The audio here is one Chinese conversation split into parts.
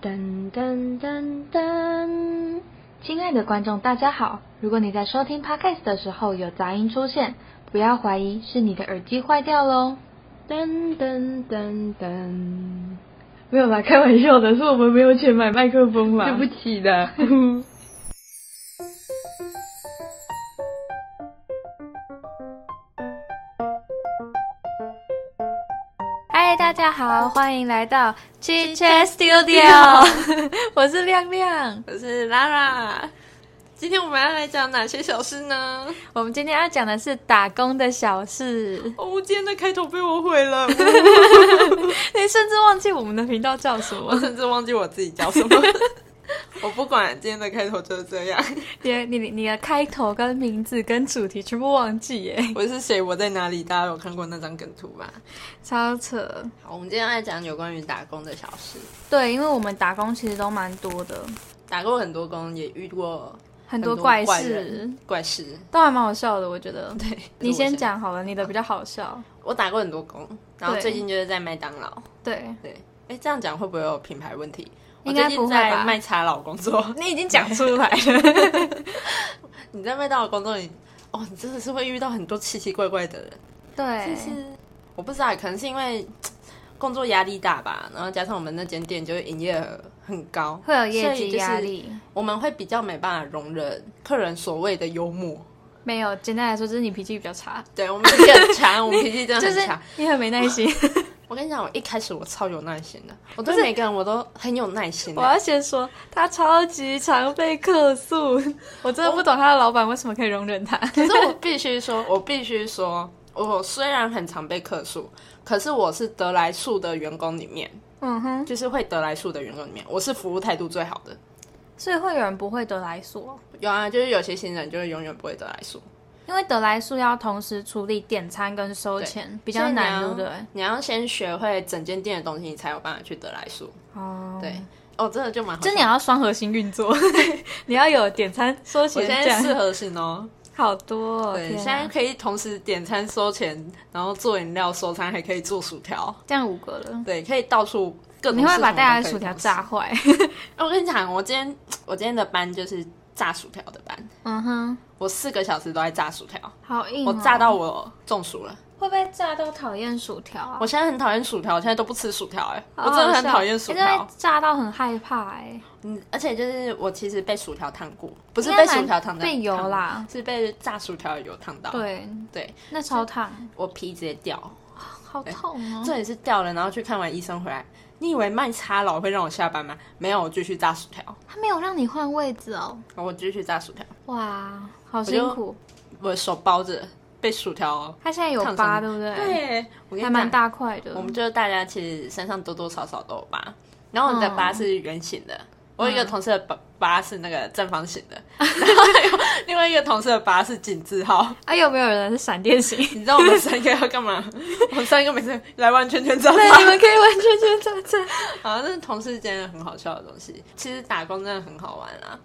噔噔噔噔！亲爱的观众，大家好！如果你在收听 podcast 的时候有杂音出现，不要怀疑是你的耳机坏掉喽。噔噔噔噔！没有啦，开玩笑的，是我们没有钱买麦克风啦。 对不起的。嗨，大家好，欢迎来到 Chin Chat Studio，我 是亮亮。我是 Lara，今天我们要来讲哪些小事呢？我们今天要讲的是打工的小事， 哦，今天的开头被我毁 了，嗯你甚至忘记我们的频道叫什我么。甚至忘记我自己叫什么。 我不管，今天的开头就是这样。你的你你的开头跟名字跟主题全部忘记耶，我是谁？我在哪里？大家有看过那张梗图吧？超扯。好，我们今天来讲有关于打工的小事。对，因为我们打工其实都蛮多的，打过很多工，也遇过很很多怪怪事人，怪事。都还蛮好笑的，我觉得。对，你先就是讲好了，你的比较好笑。我先。我打过很多工，然后对最近就是在麦当劳。对，对，哎，这样讲会不会有品牌问题？应该我最近不会吧在麦茶老工作。你已经讲出来了。你在麦当劳工作，你哦，你真的是会遇到很多奇奇怪怪的人。对，就是我不知道，可能是因为工作压力大吧，然后加上我们那间店就是营业额很高，会有业所以绩就是压力。我们会比较没办法容忍客人所谓的幽默。没有，简单来说就是你脾气比较差，对我 们脾气很强，我们脾气真的就很是强。你很没耐心。我跟你讲，我一开始我超有耐心的，我对每个人我都很有耐心 的。我要先说，他超级常被客诉， 我真的不懂他的老板为什么可以容忍他。可是我必须 说，我必须说，我虽然很常被客诉，可是我是得来速的员工里面，嗯哼，就是会得来速的员工里面，我是服务态度最好的。所以会有人不会得来速哦、有啊，就是有些新人就是永远不会得来速，因为得来速要同时处理点餐跟收钱，比比较难，对不对？你要先学会整间店的东西，你才有办法去得来速。哦，对，，哦，真的就蛮好笑就你要双核心运作， 你要有点餐、收我钱现这在适样，合性哦， 好多、哦。对，天啊现在可以同时点餐、收钱，然后做饮料、收餐，还可以做薯条，这样五个了，对，可以到处各种。你会把大家的薯条炸？坏。哎我跟你讲，我今天我今天的班就是炸薯条的班，嗯哼，我四个小时都在炸薯条，好硬、哦我炸到我中暑了。会不会炸到讨厌薯条啊？我现在很讨厌薯条，我现在都不吃薯条，哎，我真的好很好笑讨厌薯欸条真的。炸到很害怕哎、嗯，而且就是我其实被薯条烫过，不是应该被蛮薯条烫到，被油啦烫过，是被炸薯条的油烫到。对，对，那超烫，我皮直接掉，好痛哦、这也是掉了，然后去看完医生回来。你以为卖叉佬会让我下班吗？没有，我继续炸薯条，他没有让你换位置哦，我继续炸薯条，哇，好就辛苦。我的手包着被薯条。他现在有烫伤疤，对不对？，对，我跟还你蛮讲，大块的。我们就是大家其实身上多多少少都有疤，然后我嗯的疤是圆形的，我有一个同事的疤疤是那个正方形的，嗯 然后有另外一个同事的疤是井字 号。啊，有没有人是闪电 型？你知道我们三个要 干嘛？我们三个每次来玩圈圈照对，你吧。们可以完全全站在。 好，那是同事间很好笑的东西。其实打工真的很好玩啊。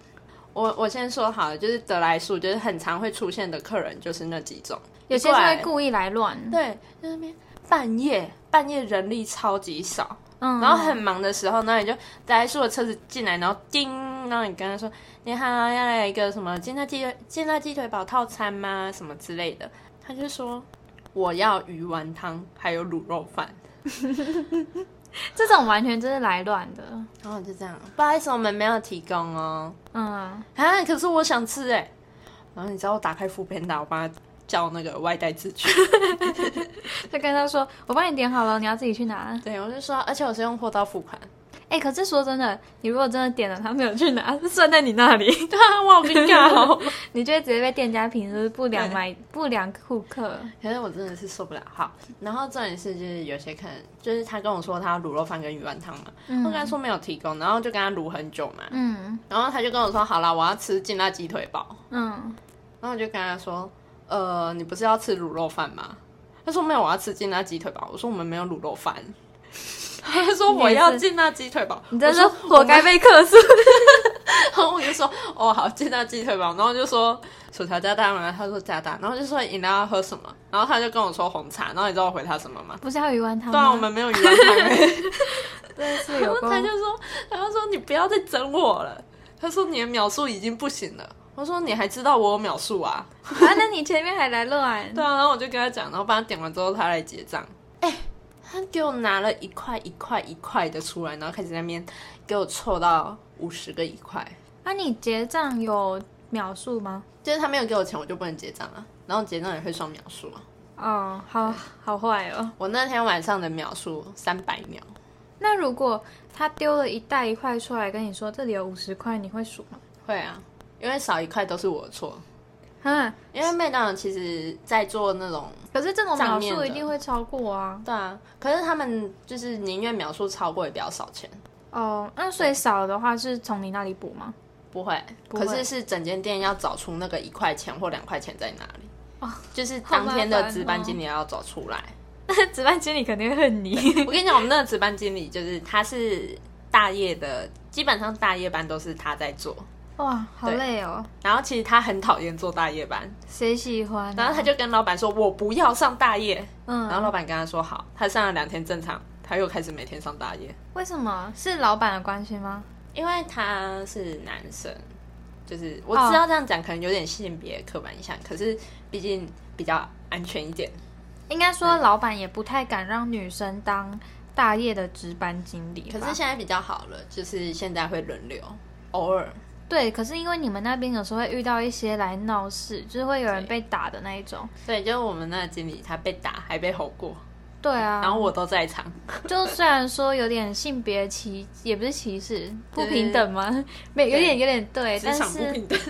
我我先说好了，就是得来速，就是很常会出现的客人就是那几种， 有些一是过来会故意来乱，对，就那边半夜半夜人力超级少，嗯，然后很忙的时候，那你就得来速的车子进来，然后叮，然后你跟他说你好，要来一个什么煎炸鸡煎炸鸡腿堡套餐吗？什么之类的，他就说我要鱼丸汤还有卤肉饭。这种完全就是来乱的，然后就这样，不好意思，我们没有提供哦。嗯，啊，可是我想吃哎。然后你知道我打开副片打，我帮他叫那个外带自取。 就跟他说我帮你点好了，你要自己去拿。对，我就说，而且我是用货到付款。哎、可是说真的，你如果真的点了，他没有去拿， 是算在你那里， 对啊，我好尴尬哦。你就会直接被店家评就是不良对买不良顾客。可是我真的是受不了。好，然后重点是就是有些客人，就是他跟我说他要卤肉饭跟鱼丸汤嘛，嗯我跟他说没有提供，然后就跟他卤很久嘛，嗯然后他就跟我说好啦，我要吃劲辣鸡腿堡，嗯，然后我就跟他说，呃，你不是要吃卤肉饭吗？他说没有，我要吃劲辣鸡腿堡。我说我们没有卤肉饭。 他说我要劲辣鸡腿堡，你真我是说活该被克 诉。 然后我就说哦好，煎炸鸡腿堡，然后就说薯条加大吗？他说加大，然后就说饮料要喝什么，然后他就跟我说红茶，然后你知道我回他什么吗？哦不是要鱼丸汤吗？ 对啊，我们没有鱼丸汤欸，真的是然有 后够他就说，他就说说你不要再整我了。 他说你的秒数已经不行了。我说你还知道我有秒数啊？啊，那你前面还来乱，对啊，然后我就跟他讲，然后帮他点完之后，他来结账。哎、他给我拿了一块一块一块的出来，然后开始在那边给我凑到五十个一块。啊，你结账有秒数吗？就是他没有给我钱，我就不能结账啊。然后结账也会算秒数啊。哦，好好坏哦。我那天晚上的秒数三百秒，那如果他丢了一袋一块出来跟你说这里有五十块，你会数吗？会啊，因为少一块都是我的错。啊，因为麦当劳其实在做那种，可是这种账秒面的数一定会超过啊。对啊，可是他们就是宁愿秒数超过也不要少钱，哦，那所以少的话是从你那里补 吗？不会。不会可是是整间店要找出那个一块钱或两块钱在哪里，哦就是当天的值好麻烦班哦经理要找出来。值班经理肯定会恨你。我跟你讲，我们那个值班经理就是他是大夜的，基本上大夜班都是他在做。 哇，好对累哦，然后其实他很讨厌做大夜班，谁喜欢啊、然后他就跟老板说：“我不要上大夜。”嗯，然后老板跟他说：“好。”他上了两天正常，他又开始每天上大夜，为什么是老板的关系吗？因为他是男生，就是我哦知道这样讲可能有点性别刻板印象，可是毕竟比较安全一点。应该说老板也不太敢让女生当大业的值班经理吧。可是现在比较好了，就是现在会轮流，偶尔对，可是因为你们那边有时候会遇到一些来闹事，就是会有人被打的那一种。对，就是我们那个经理他被打还被吼过，对啊，然后我都在场。就虽然说有点性别歧，也不是歧视，不对平等吗？ 没有点有点对，职但场不是平等。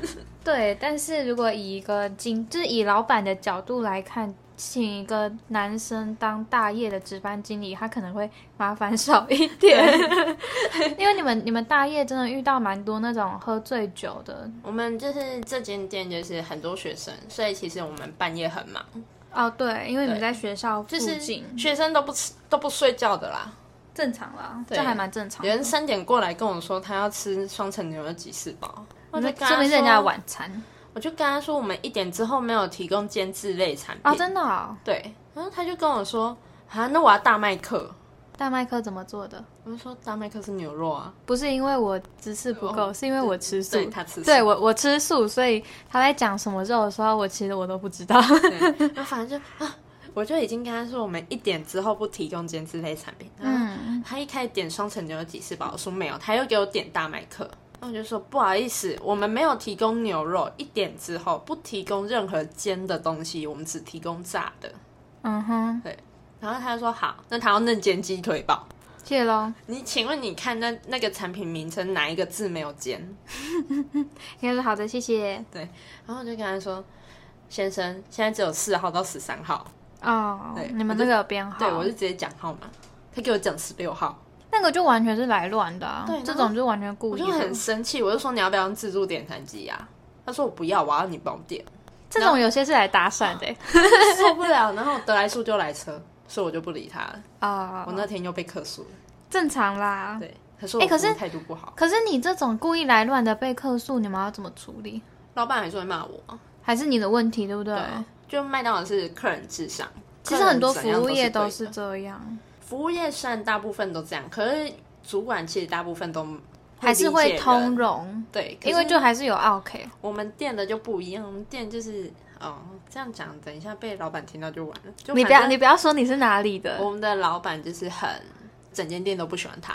对，但是如果以一个经，就是以老板的角度来看，请一个男生当大业的值班经理，他可能会麻烦少一点， 因为你们你们大业真的遇到蛮多那种喝醉酒的 我们就是这间店就是很多学生，所以其实我们半夜很忙， 哦，对，因为你们对在学校附就是近，学生都不吃都不睡觉的啦。正常啦，对这还蛮正常有人的。三点过来跟我说他要吃双层牛肉吉士包，我就那跟他说明是人家的说晚餐我就跟他说我们一点之后没有提供监制类产品。哦，真的哦，对，然后他就跟我说啊，那我要大麦克。大麦克怎么做的？我就说大麦克是牛 肉啊，不是因为我知识不够，哦是因为我吃素。对他吃素对我我吃素，所以他在讲什么肉的时候，我其实我都不知道。对，然后反正就啊，我就已经跟他说我们一点之后不提供监制类产品。嗯，嗯，他一开始点双层牛肉吉士堡，我说没有，他又给我点大麦克。那我就说不好意思，我们没有提供牛肉，一点之后不提供任何煎的东西，我们只提供炸的。 嗯哼，然后他就说好，那他要嫩煎鸡腿堡。谢喽。你请问你看那那个产品名称哪一个字没有煎？应该说好的，谢谢。然后我就跟他说，先生，现在只有四号到十三号，哦对，你们我就那个有编号，对我就直接讲号码，他给我讲十六号，那个就完全是来乱的、啊，对这然后种就完全故我意就的很。生气，我就说你要不要用自助点餐机啊？他说我不要，我要你帮我点， 这种有些是来搭讪的、 受不了。然后得来速就来车，所以我就不理他了。啊、我那天又被客诉了，正常啦。对，他说哎我可是服务态度不好，可是你这种故意来乱的被客诉，你们要怎么处理？老板还是会骂我。还是你的问题，对不对？啊就麦当劳是客人至上，其实很多客服人怎样务业都都对的是这样，服务业虽然大部分都这样，可是主管其实大部分都还是理解会人通融，对，可因为是就还是有 OK。我们店的就不一样，我们店就是哦这样讲，等一下被老板听到就完了。就你不反要正哦你不要说你是哪里的，我们的老板就是很整间店都不喜欢他，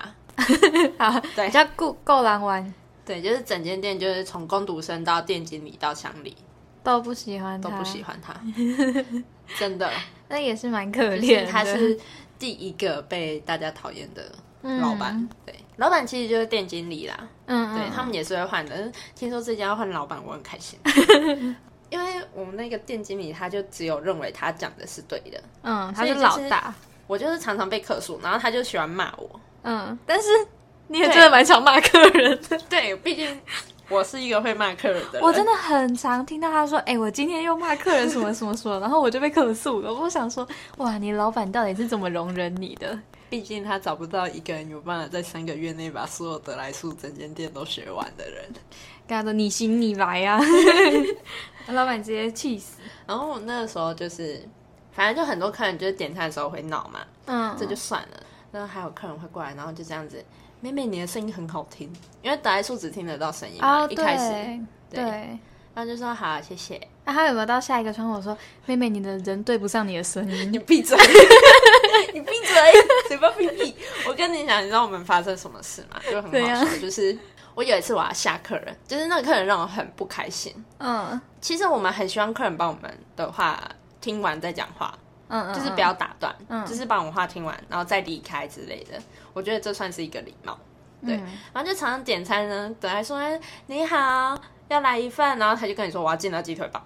好，对比较够够狼玩对，就是整间店就是从工读生到店经理到乡里都不喜欢都他不喜，欢啊 他， 真的，那也是蛮可就怜是的。他是第一个被大家讨厌的嗯老板。对，老板其实就是店经理啦。嗯，对嗯他们也是会换的。听说这家要换老板，我很 开心，因为我们那个店经理他就只有认为他讲的是对的。嗯，他所以是就是老大，我就是常常被客诉，然后他就喜欢骂 我。嗯，但是你也对真的蛮常骂客人的。对，毕竟我是一个会骂客人的人。我真的很常听到他说：“哎、我今天又骂客人什么什么什 么。”然后我就被客诉了。我想说，哇，你老板到底是怎么容忍你的？毕竟他找不到一个人有办法在三个月内把所有德莱素整间店都学完的人。跟他说：“你行，你来 啊！”老板直接气死。然后我那个时候就是，反正就很多客人就是点餐的时候会闹嘛，嗯，这就算了。然后还有客人会过来，然后就这样子妹妹，你的声音很好听，因为打在树只听得到声音嘛，啊，一开始，对对然后就说好，谢谢，那、他有没有到下一个窗口说：“妹妹，你的人对不上你的声音。” 你闭嘴， 你闭嘴，嘴巴闭闭。我跟你讲，你知道我们发生什么事吗？就很怎好样笑，就是我有一次我要吓客人，就是那个客人让我很不开心。嗯其实我们很希望客人帮我们的话听完再讲话，嗯嗯，就是不要打断，嗯就是把我们话听完，然后再离开之类的。我觉得这算是一个礼貌。对嗯然后就常常点餐呢，本来说哎你好，要来一份，然后他就跟你说我要进到鸡腿堡。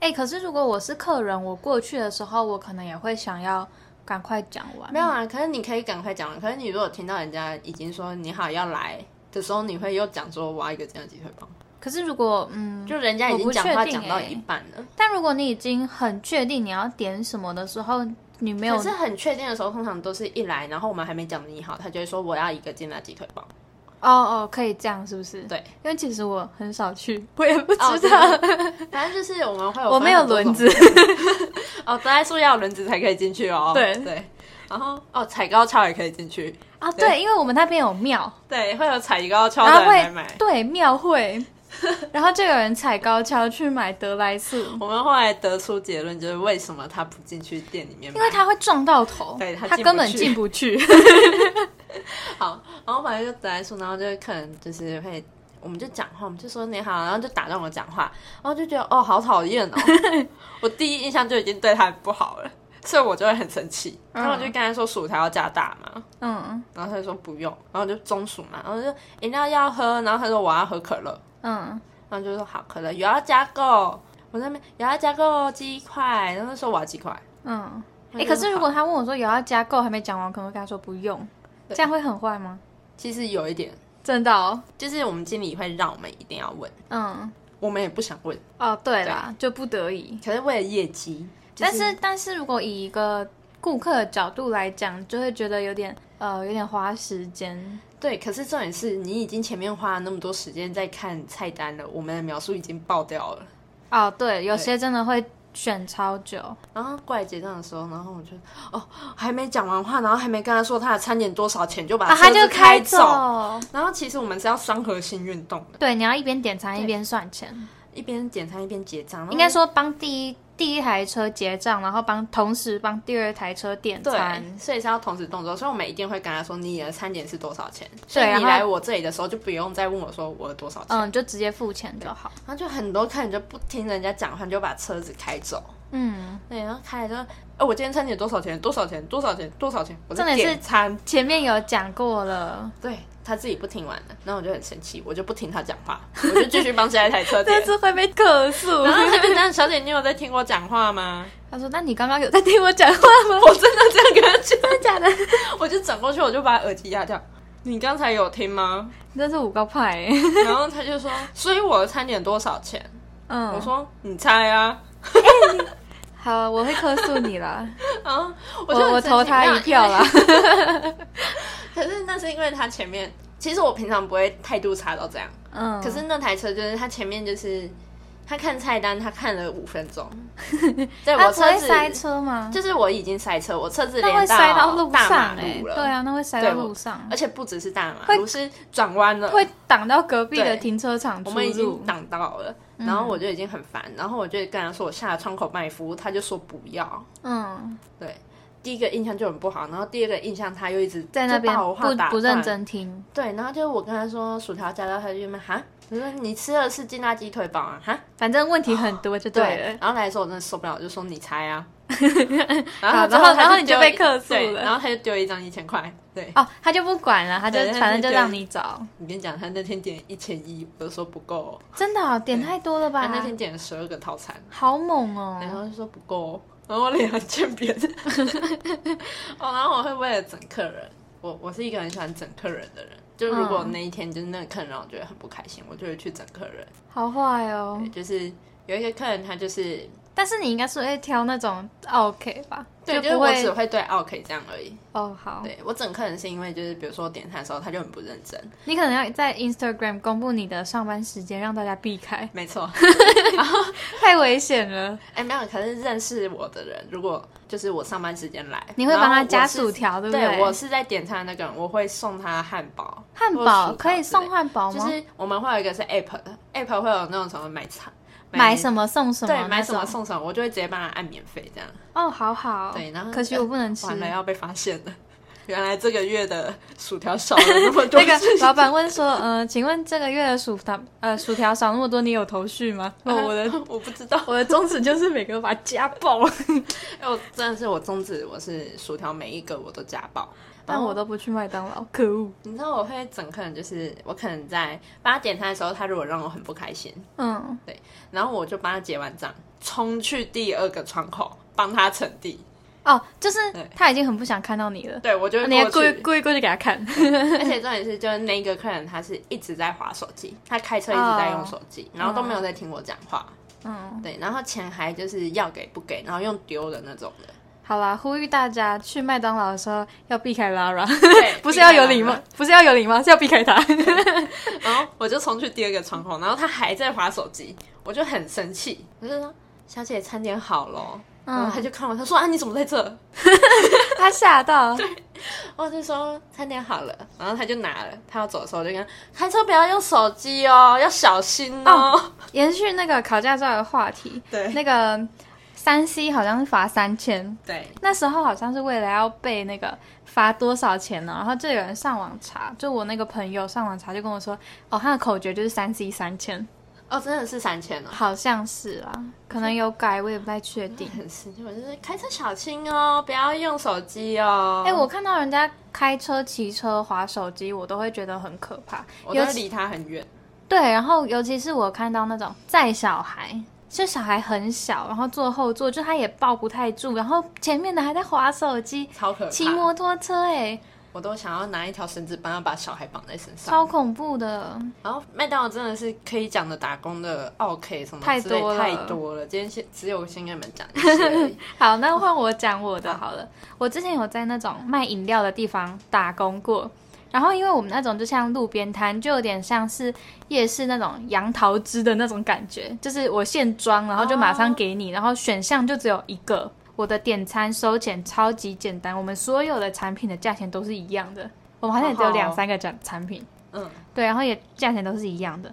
哎、可是如果我是客人，我过去的时候，我可能也会想要赶快讲完。没有啊，可是你可以赶快讲完。可是你如果听到人家已经说你好要来的时候，你会又讲说我要一个这样的鸡腿堡，可是如果嗯，就人家已经我不确讲定话讲到欸一半了。但如果你已经很确定你要点什么的时候，你没有可是很确定的时候，通常都是一来，然后我们还没讲你好，他就会说我要一个煎炸鸡腿堡。哦哦，可以这样是不是？对，因为其实我很少去，我也不知道，哦真的反正就是我们会有我没有轮子分。哦，德莱树要有轮子才可以进去哦。对对，然后哦，踩高跷也可以进去。 啊。对，因为我们那边有庙，对，会有踩高跷然的后人来会哦买。对庙会，然后就有人踩高跷去买德莱素，我们后来得出结论，就是为什么他不进去店里面买？因为他会撞到头，对他他进不根本去进不 去。好，然后反正就德莱树，然后就可能就是会，我们就讲话，我们就说你好，然后就打断我讲话，然后就觉得哦，好讨 厌哦，我第一印象就已经对他不好了，所以我就会很生气。然后我就跟他说薯条要加大嘛，嗯然后他就说不用，然后就中暑嘛，然后就饮料要喝，然后他说我要喝可乐，嗯，然后就说好可乐有要加购，我在那边有要加购鸡块，然后就说我要鸡块，嗯，哎、那就可是如果好他问我说有要加购还没讲完，我可能会跟他说不用，这样会很坏吗？其实有一点，真的哦，就是我们经理会让我们一定要问，嗯，我们也不想问，哦，对啦，就不得已。可是为了业绩，就但是但是如果以一个顾客的角度来讲，就会觉得有点呃有点花时间。对，可是重点是你已经前面花了那么多时间在看菜单了，我们的描述已经爆掉了。哦，对，有些真的会选超久。然后过来结账的时候，然后我就哦，还没讲完话，然后还没跟他说他的餐点多少钱，就把啊，车他子就开开走。然后其实我们是要双核心运动的，对，你要一边点餐一边算钱，一边点餐一边结账。然后应该说帮第一第一台车结账，然后帮同时帮第二台车点餐。对，所以是要同时动作，所以我们一定会跟他说你的餐点是多少钱。所对以然你后来我这里的时候就不用再问我说我有多少钱。嗯，就直接付钱就好。然后就很多客人就不听人家讲话，就把车子开走。嗯，对，然后开来就，哎、我今天餐点多少钱？多少钱？多少钱？多少钱？我在重点是点餐。前面有讲过了，对他自己不听完了，然后我就很生气，我就不听他讲话，我就继续帮下一台 车点这。次会被客诉然。后他就讲：“小姐，你有在听我讲话吗他说：“那你刚刚有在听我讲话吗？” 我 真的这样跟他讲，真的假的？ 我就转过去，我就把耳机压掉。你刚才有听吗？你真是五高派、欸。然后他就说：“所以我的餐点多少钱？”嗯，我说：“你猜啊。好，我会客诉你啦。”然后 我我就很我生气啊投他一票。啦 没有因为。可是那是因为他前面，其实我平常不会态度差到这样。 嗯，啊可是那台车就是他前面就是他看菜单，他看了五分 钟，对他我不车会子塞，车吗？就是我已经塞车，我车子那会连塞到路大马上哎、路了，对，啊，那会塞对到我路上而，且不只是大马路，是转弯了，会挡到隔壁对的停车场出嗯我入。们已经挡到了。然后我就已经很烦，然后我就跟他说我下了窗口帮你服务，他就说不要。嗯，对，第一个印象就很不好，然后第二个印象他又一直在那就边把我话不打不认断真听。对，然后就是我跟他说薯条加到他就那边哈，我说你吃的是劲辣鸡腿堡啊哈，反正问题很多就对了。然后来的时候我真的受不了，我就说你猜 啊，然好后然后他然后就你丢就被一客诉对了然后他就丢一张一千块，对，哦，他就不管了，他就对他就反正就觉得让你找。我跟你讲，他那天点一千一，我就说不够哦，真的、哦、点太多了吧他？那天点了十二个套餐，好猛然哦！后就说不够哦，然后我脸很欠扁， 哦，然后我会为了整客人，我我是一个很喜欢整客人的人。就如果嗯那一天就是那个客人让我觉得很不开心，我就会去整客人。好坏哦对，就是有一些客人他就是，但是你应该是会挑那种啊 OK 吧？对，就是不我会只会对 OK 这样而已。哦。好，对我整客人是因为就是比如说我点餐的时候他就很不认真，你可能要在 Instagram 公布你的上班时间，让大家避开， 没错。太危险了。哎、没有，可是认识我的人，如果就是我上班时间来，你会帮然他后加我是薯条，对对不对？我是在点餐的那个人，我会送他汉堡，汉或堡薯条可以之类送的汉堡就吗？是我们会有一个是 app 的，app 会有那种什么买菜、买什么，么送什么那对，种，买什么送什么，我就会直接帮他按免费这样。哦，好好。对然后可惜我不能吃。完了要被发现了， 原来这个月的薯条少了那么 多。那个老板问说：“呃，请问这个月的薯条呃薯条少那么多，你有头绪 吗？”哦，我的 我不知道，我的宗旨就是每个把它加爆， 哎，我真的是我宗旨，我是薯条每一个我都加爆。但我都不去麦当劳，可恶。你知道我会整客人，就是我可能在帮他点餐的时候，他如果让我很不开心，嗯，然后我就帮他结完账，冲去第二个窗口帮他盛地。哦，就是对他已经很不想看到你了，对，我就会哦你还过故意去。故意过去给他 看。 而且重点是，就是那一个客人他是一直在划手机，他开车一直在用哦手机，然后都没有在听我讲话。嗯，对，然后钱还就是要给不给，然后用丢的那种 的。好啦，呼吁大家去麦当劳的时候要避开 Lara， 对，不是要有避礼开他貌，不是要有礼貌，是要避开 他。啊然后我就冲去第二个窗口，然后他还在划手机，我就很生气，我就说：“小姐，餐点好咯。嗯然后他就看我，他说：“啊，你怎么在这他吓到，？”我就说：“餐点好了。”然后他就拿了，他要走的时候我就跟他开车不要用手机哦，要小心哦。延续那个考驾照的话题，对那个三 C 好像是罚三千，对，那时候好像是为了要背那个罚多少钱呢，然后就有人上网查，就我那个朋友上网查就跟我说，哦，他的口诀就是三 C 三千，哦，真的是三千哦。好像是啦，可能有改，我也不太确定。很生气，我 就是开车小心哦，不要用手机哦。哎、我看到人家开车、骑车、划手机，我都会觉得很可怕。我尤都其离他很远。对，然后尤其是我看到那种载小孩，就小孩很小，然后坐后座，就他也抱不太住，然后前面的还在划手机、超可怕！骑摩托车、哎，我都想要拿一条绳子帮他把小孩绑在身上。超恐怖的。然后麦当劳真的是可以讲的打工的 OK 什么太之类多了太多了。今天先只有先跟你们讲一些而已， 好，那换我讲我的好了。我之前有在那种卖饮料的地方打工过，然后因为我们那种就像路边摊，就有点像是夜市那种杨桃汁的那种感觉，就是我现装，然后就马哦上给你，然后选项就只有一个。我的点餐收钱超级简单，我们所有的产品的价钱都是一样的，我们好像也只有好好哦两三个产产品。嗯，对，然后也价钱都是一样的。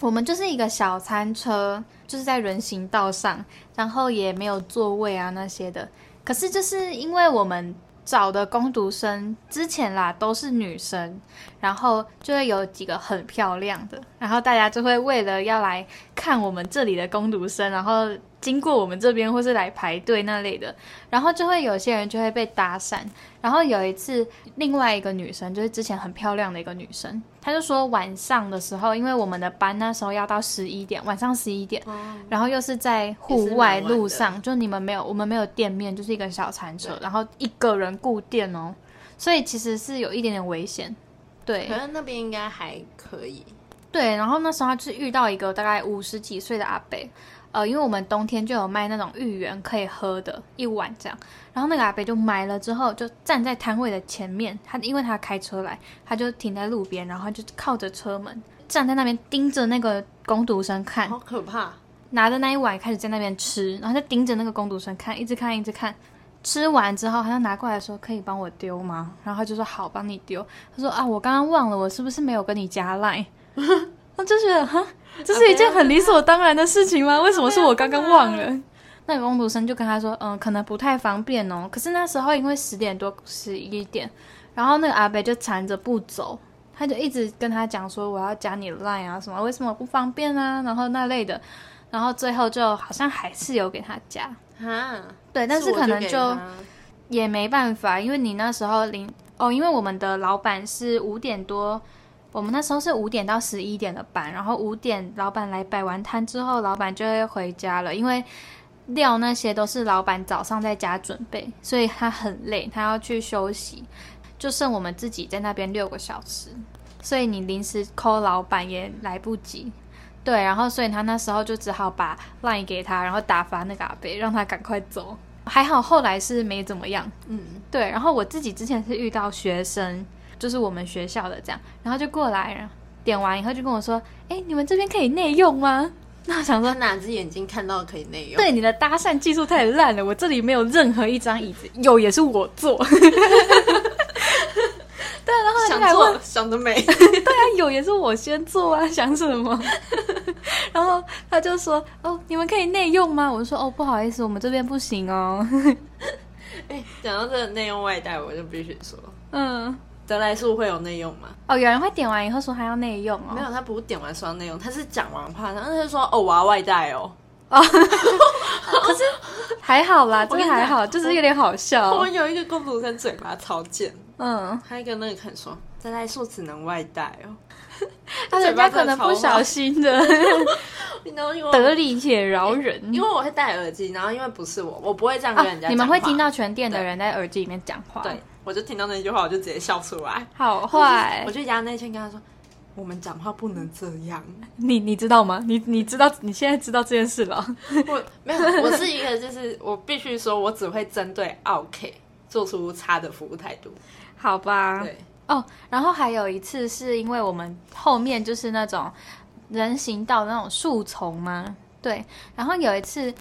我们就是一个小餐车，就是在人行道上，然后也没有座位啊那些的。可是就是因为我们找的工读生之前啦都是女生，然后就会有几个很漂亮的，然后大家就会为了要来看我们这里的工读生，然后经过我们这边或是来排队那类的，然后就会有些人就会被搭讪。然后有一次，另外一个女生就是之前很漂亮的一个女生，她就说晚上的时候，因为我们的班那时候要到十一点，晚上十一点，然后又是在户外路上，就你们没有，我们没有店面，就是一个小餐车，然后一个人顾店哦，所以其实是有一点点危险。 对，可是那边应该还可以。对，然后那时候他就是遇到一个大概五十几岁的阿伯，呃，因为我们冬天就有卖那种芋圆可以喝的一碗这样，然后那个阿伯就买了之后就站在摊位的前面，他因为他开车来，他就停在路边，然后就靠着车门站在那边盯着那个工读生看，好可怕！拿着那一碗开始在那边吃，然后就盯着那个工读生看，一直看，一直看。吃完之后，他就拿过来说：“可以帮我丢吗？”然后他就说：“好，帮你丢。”他说：“啊，我刚刚忘了，我是不是没有跟你加赖？” 我就觉得哈，这是一件很理所当然的事情吗？为什么是我刚刚忘了？那个工读生就跟他说：“嗯，可能不太方便哦。”可是那时候因为十点多、十一点，然后那个阿北就缠着不走，他就一直跟他讲说：“我要加你 line 啊，什么为什么不方便啊？”然后那类的。然后最后就好像还是有给他加，哈，对，但是可能我就给就他也没办法，因为你那时候零哦，因为我们的老板是五点多，我们那时候是五点到十一点的班，然后五点老板来摆完摊之后，老板就会回家了，因为料那些都是老板早上在家准备，所以他很累，他要去休息，就剩我们自己在那边六个小时，所以你临时 call 老板也来不及。对，然后所以他那时候就只好把 line 给他，然后打发那个阿贝，让他赶快走。还好后来是没怎么样。嗯，对，然后我自己之前是遇到学生，就是我们学校的这样，然后就过来，然后点完以后就跟我说：“哎，你们这边可以内用吗？”那我想他说，哪只眼睛看到可以内用？对你的搭讪技术太烂了，我这里没有任何一张椅子，有也是我坐。 对，然后他就想来问哎做想得美， 有也是我先做啊，想什么？ 然后他就说：“哦，你们可以内用吗？”我就说：“哦，不好意思，我们这边不行哦。哎，讲到这个内用外带，我就必须说，”嗯，得来速会有内用吗？哦，有人会点完以后说他要内用哦，没有，他不是点完说要内容，他是讲完话，然后他就说：“哦，我要外带哦。还好啦，这跟你还讲好，就是有点好笑。 我有一个工读生嘴巴超贱，嗯，他跟那个肯说：“再来数只能外带哦。他人家可能不小心 的，”然后因为得我理且饶人。因为我会戴耳机，然后因为不是我，我不会这样啊跟人家、，你们会听到，全店的人在耳机里面讲话，对，，我就听到那句话，我就直接笑出来。好坏 我，就压那圈跟他说：“我们讲话不能这 样。你你知道吗？你你知道你现在知道这件事了？我”没有，我是一个就是我必须说，我只会针对 OK 做出差的服务态度。好吧，对，哦，然后还有一次是因为我们后面就是那种人行道的那种树丛嘛，对。然后有一次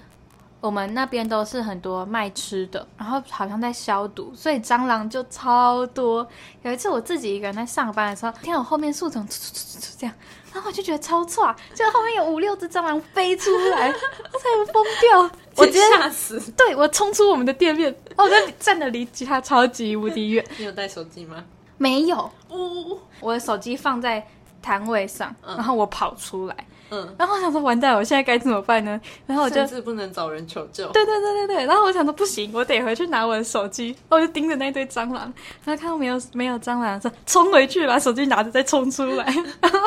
我们那边都是很多卖吃的，然后好像在消毒，所以蟑螂就超多。有一次我自己一个人在上班的时候，听到我后面树丛嗖嗖嗖嗖嗖这样，然后我就觉得超差，就后面有五六只蟑螂飞出来，我差点疯掉。我直接吓死。对我冲出我们的店面，哦，我就站的离吉他超级无敌远，你有带手机吗？没有。呜，我的手机放在摊位上，嗯然后我跑出来，嗯，然后我想说完蛋，我现在该怎么办呢？然后哦我就甚。至不能找人求救。对对对对对，然后我想说不行，我得回去拿我的手机，然后我就盯着那堆蟑螂，然后看到没有没有蟑螂，说冲回去把手机拿着再冲出来，然后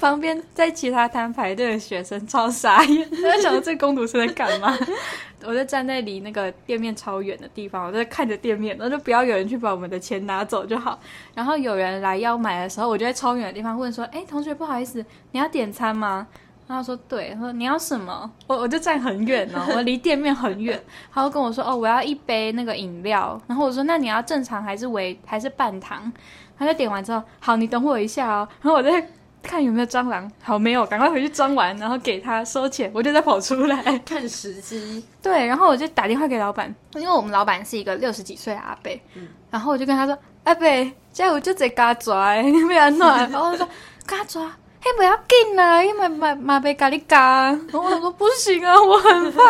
旁边在其他摊排队的学生超傻眼， 他想说这工读生在干嘛？ 我就站在离那个店面超远的地方，我就看着店面，然后就不要有人去把我们的钱拿走就好。然后有人来要买的时候，我就在超远的地方问说：“哎，同学，不好意思，你要点餐吗？”然后他说：“对。”他说：“你要什么？”我我就站很远哦，我离店面很远。他就跟我说：“哦，我要一杯那个饮料。”然后我说：“那你要正常还是微还是半糖？”他就点完之后：“好，你等我一下哦。”然后我再看有没有蟑螂，好没有，赶快回去装完，然后给他收钱，我就再跑出来。看时机，对，然后我就打电话给老板，因为我们老板是一个六十几岁的阿伯，然后我就跟他说：“阿伯，这有就在嘎抓， 你不要弄。”然后他说：“嘎抓，嘿，不要紧啦，因为马马被咖喱嘎。”然后我说：“不行啊，我很怕，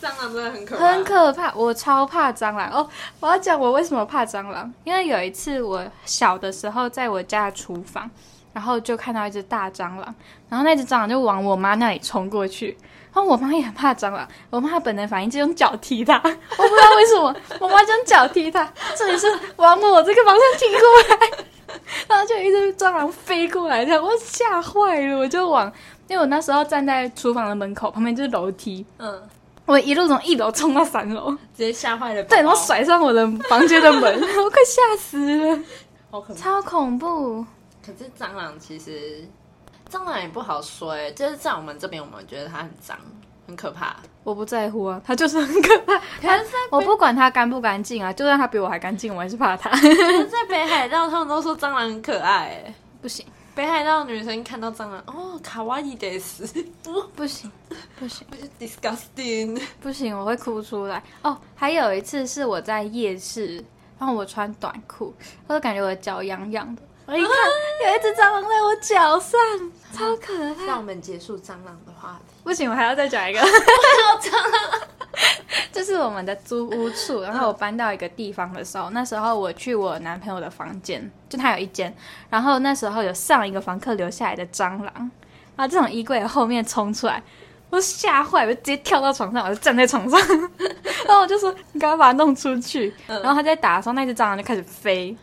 蟑螂真的很可怕，很可怕，我超怕蟑螂哦。”我要讲我为什么怕蟑螂，因为有一次我小的时候在我家的厨房，然后就看到一只大蟑螂，然后那只蟑螂就往我妈那里冲过去。然后我妈也很怕蟑螂，我妈本能反应就用脚踢 它，我不知道为什么，我妈就用脚踢它，这里是往我这个方向踢过来，然后就一只蟑螂飞过来，这样我吓坏了，我就往，因为我那时候站在厨房的门口，旁边就是楼梯，嗯，我一路从一楼冲到三楼，直接吓坏了宝宝。 对，然后甩上我的房间的门， 我快吓死了，好可怕。超恐怖。可是蟑螂其实，蟑螂也不好说哎、就是在我们这边，我们觉得它很脏，很可 怕。我不在乎啊，它就是很可怕。它我不管它干不干净啊，就算它比我还干净，我还是 怕它。可是在北海道，他们都说蟑螂很可爱哎、不行，北海道女生看到蟑螂，哦，卡哇伊得死， 呜不行，不行。 ，disgusting。 不行，我会哭出来。哦，还有一次是我在夜市，然后我穿短裤，我就感觉我的脚痒痒的。我一看，有一只蟑螂在我脚上，超可怕。让我们结束蟑螂的话题。 不行，我还要再讲一个。就是我们的租屋处，然后我搬到一个地方的时候，那时候我去我男朋友的房间，就他有一间，然后那时候有上一个房客留下来的蟑螂，然后这种衣柜的后面冲出来，我吓坏，我就直接跳到床上，我就站在床上， 然后我就说你赶快把它弄出去，然后他在打的时候，那只蟑螂就开始飞，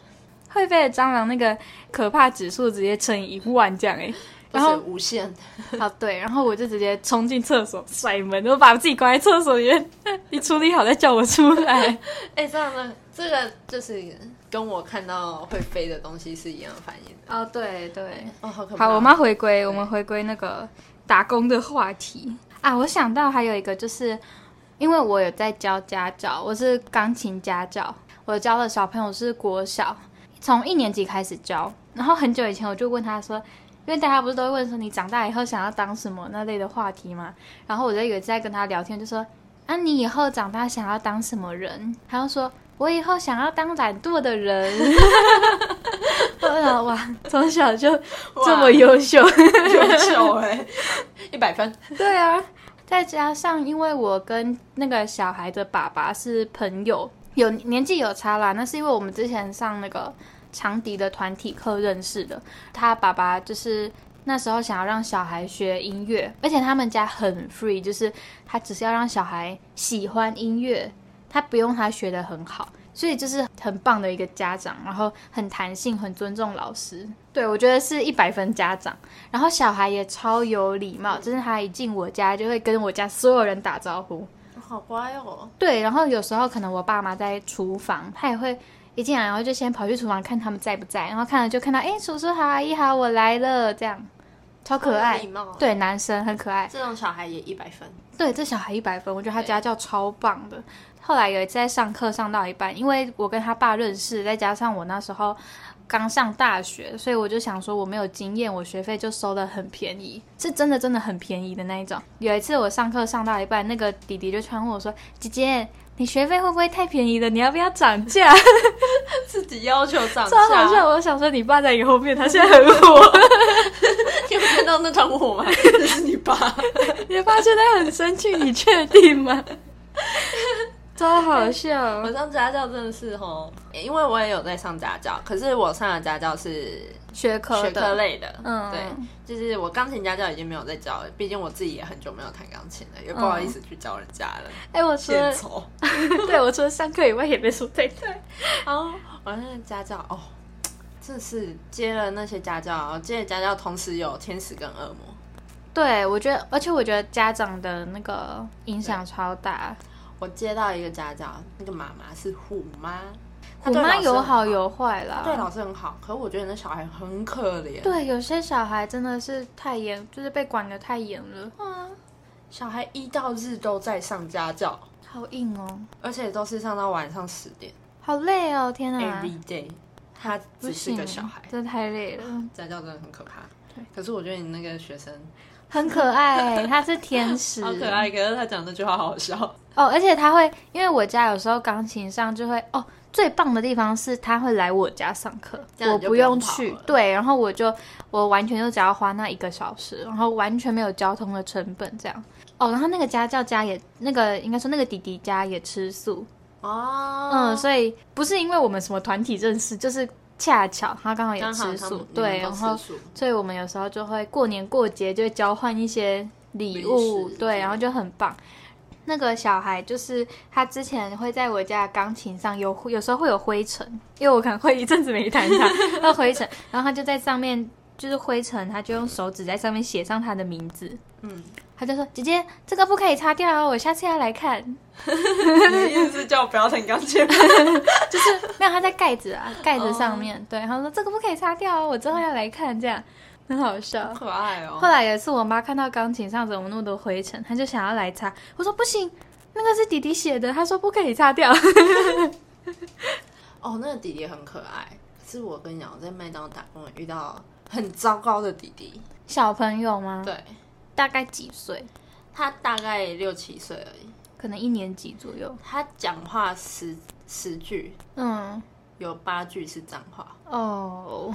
会飞的蟑螂那个可怕指数直接乘以一万这样哎、欸然后不是无限， 啊，对，然后我就直接冲进厕所，甩门，我把自己关在 厕所里面，你处理好再叫我出来。 哎、这样的这个就是跟我看到会飞的东西是一样的反应的。哦，对对，哦，好可怕！好，我们要回归，我们回归那个打工的话题啊。我想到还有一个，就是因为我有在教家教，我是钢琴家教，我教的小朋友是国小，从一年级开始教。然后很久以前我就问他说，因为大家不是都会问说你长大以后想要当什么那类的话题嘛。然后我就有一次在跟他聊天，就说啊，你以后长大想要当什么人？他就说。我以后想要当懒惰的人， 我想哇，从小就哇这么优秀。优秀哎， 一百分。 对啊，再加上因为我跟那个小孩的爸爸是朋友，有年纪有差啦，那是因为我们之前上那个长笛的团体课认识的。他爸爸就是那时候想要让小孩学音乐，而且他们家很 free，就是他只是要让小孩喜欢音乐，他不用他学的很好。所以就是很棒的一个家长，然后很弹性，很尊重老师。对我觉得是一百分家长。然后小孩也超有礼貌，就是他一进我家就会跟我家所有人打招呼。好乖哦，对，然后有时候可能我爸妈在厨房，他也会一进来，然后就先跑去厨房看他们在不在，然后看了就看到，哎，叔叔好，阿姨好，我来了，这样超可好有爱礼。貌。，对，男生很可爱。这种小孩也一百分。对，这小孩一百分，我觉得他家教超棒的。后来有一次在上课上到一半，因为我跟他爸认识，再加上我那时候刚上大学，所以我就想说我没有经验，我学费就收的很便宜，是真的真的很便宜的那一种。有一次我上课上到一半，那个弟弟就突然问我说：“姐姐，你学费会不会太便宜了？你要不要涨价？” 自己要求长超好 笑，我想说你爸在你后面，他现在很火，你有看到那团火吗？这是你爸，你爸现在很生气，你确定吗？ 超好笑 我，上家教真的是哦，因为我也有在上家教，可是我上的家教是学科学的科类的，嗯对，就是我钢琴家教已经没有在教了，毕竟我自己也很久没有弹钢琴了，也不好意思去教人家了，哎、我除了献丑。 对我除了上课以外也没什 么在带。然后我那个家教哦，真的是接了那些家教，接了家教，同时有天使跟恶魔。对，我觉得，而且我觉得家长的那个影响超大。我接到一个家教，那个妈妈是虎妈，她虎对老妈师有很好有坏啦。对老师很好，可是我觉得那小孩很可怜。对有些小孩真的是太严，就是被管的太严了，啊，小孩一到日都在上家教，好硬哦，而且都是上到晚上十点、好累哦，天哪 e，v e r y day。他不只是行，个小孩，真的太累了。 家教真的很可怕。可是我觉得你那个学生很可爱，他是天使，好可爱，可是他讲那句话好好笑。哦，而且他会，因为我家有时候钢琴上就会哦，最棒的地方是他会来我家上课，这样我你就不用用跑去了，对，然后我就我完全就只要花那一个小时，然后完全没有交通的成本这样。哦，然后那个家教家也那个应该说那个弟弟家也吃素，哦，嗯，所以不是因为我们什么团体认识，就是恰巧他刚好也刚好吃他素们，对，你们然都后吃素所以我们有时候就会过年过节就会交换一些礼零物，食之类对，的然后就很棒。那个小孩就是他之前会在我家的钢琴上有有时候会有灰尘，因为我可能会一阵子没弹 它，会灰尘，然后他就在上面就是灰尘，他就用手指在上面写上他的名字，嗯，他就说：“姐姐，这个不可以擦掉哦，我下次要来看。” 你的意思是叫我不要弹钢琴吗？没有，他在盖子啊，盖子上面。对，他说这个不可以擦掉哦，我之后要来看，这样很好笑。可爱哦后，来有一次，我妈看到钢琴上怎么那么多灰尘，她就想要来擦。我说不行，那个是弟弟写的，她说不可以擦 掉。哦，那个弟弟很可爱。可是我跟你讲，我在麦当劳打工遇到很糟糕的弟弟，小朋友吗？，对大概几岁？他大概六七岁而已，可能一年级左右。他讲话十十句嗯，有八句是脏话。哦，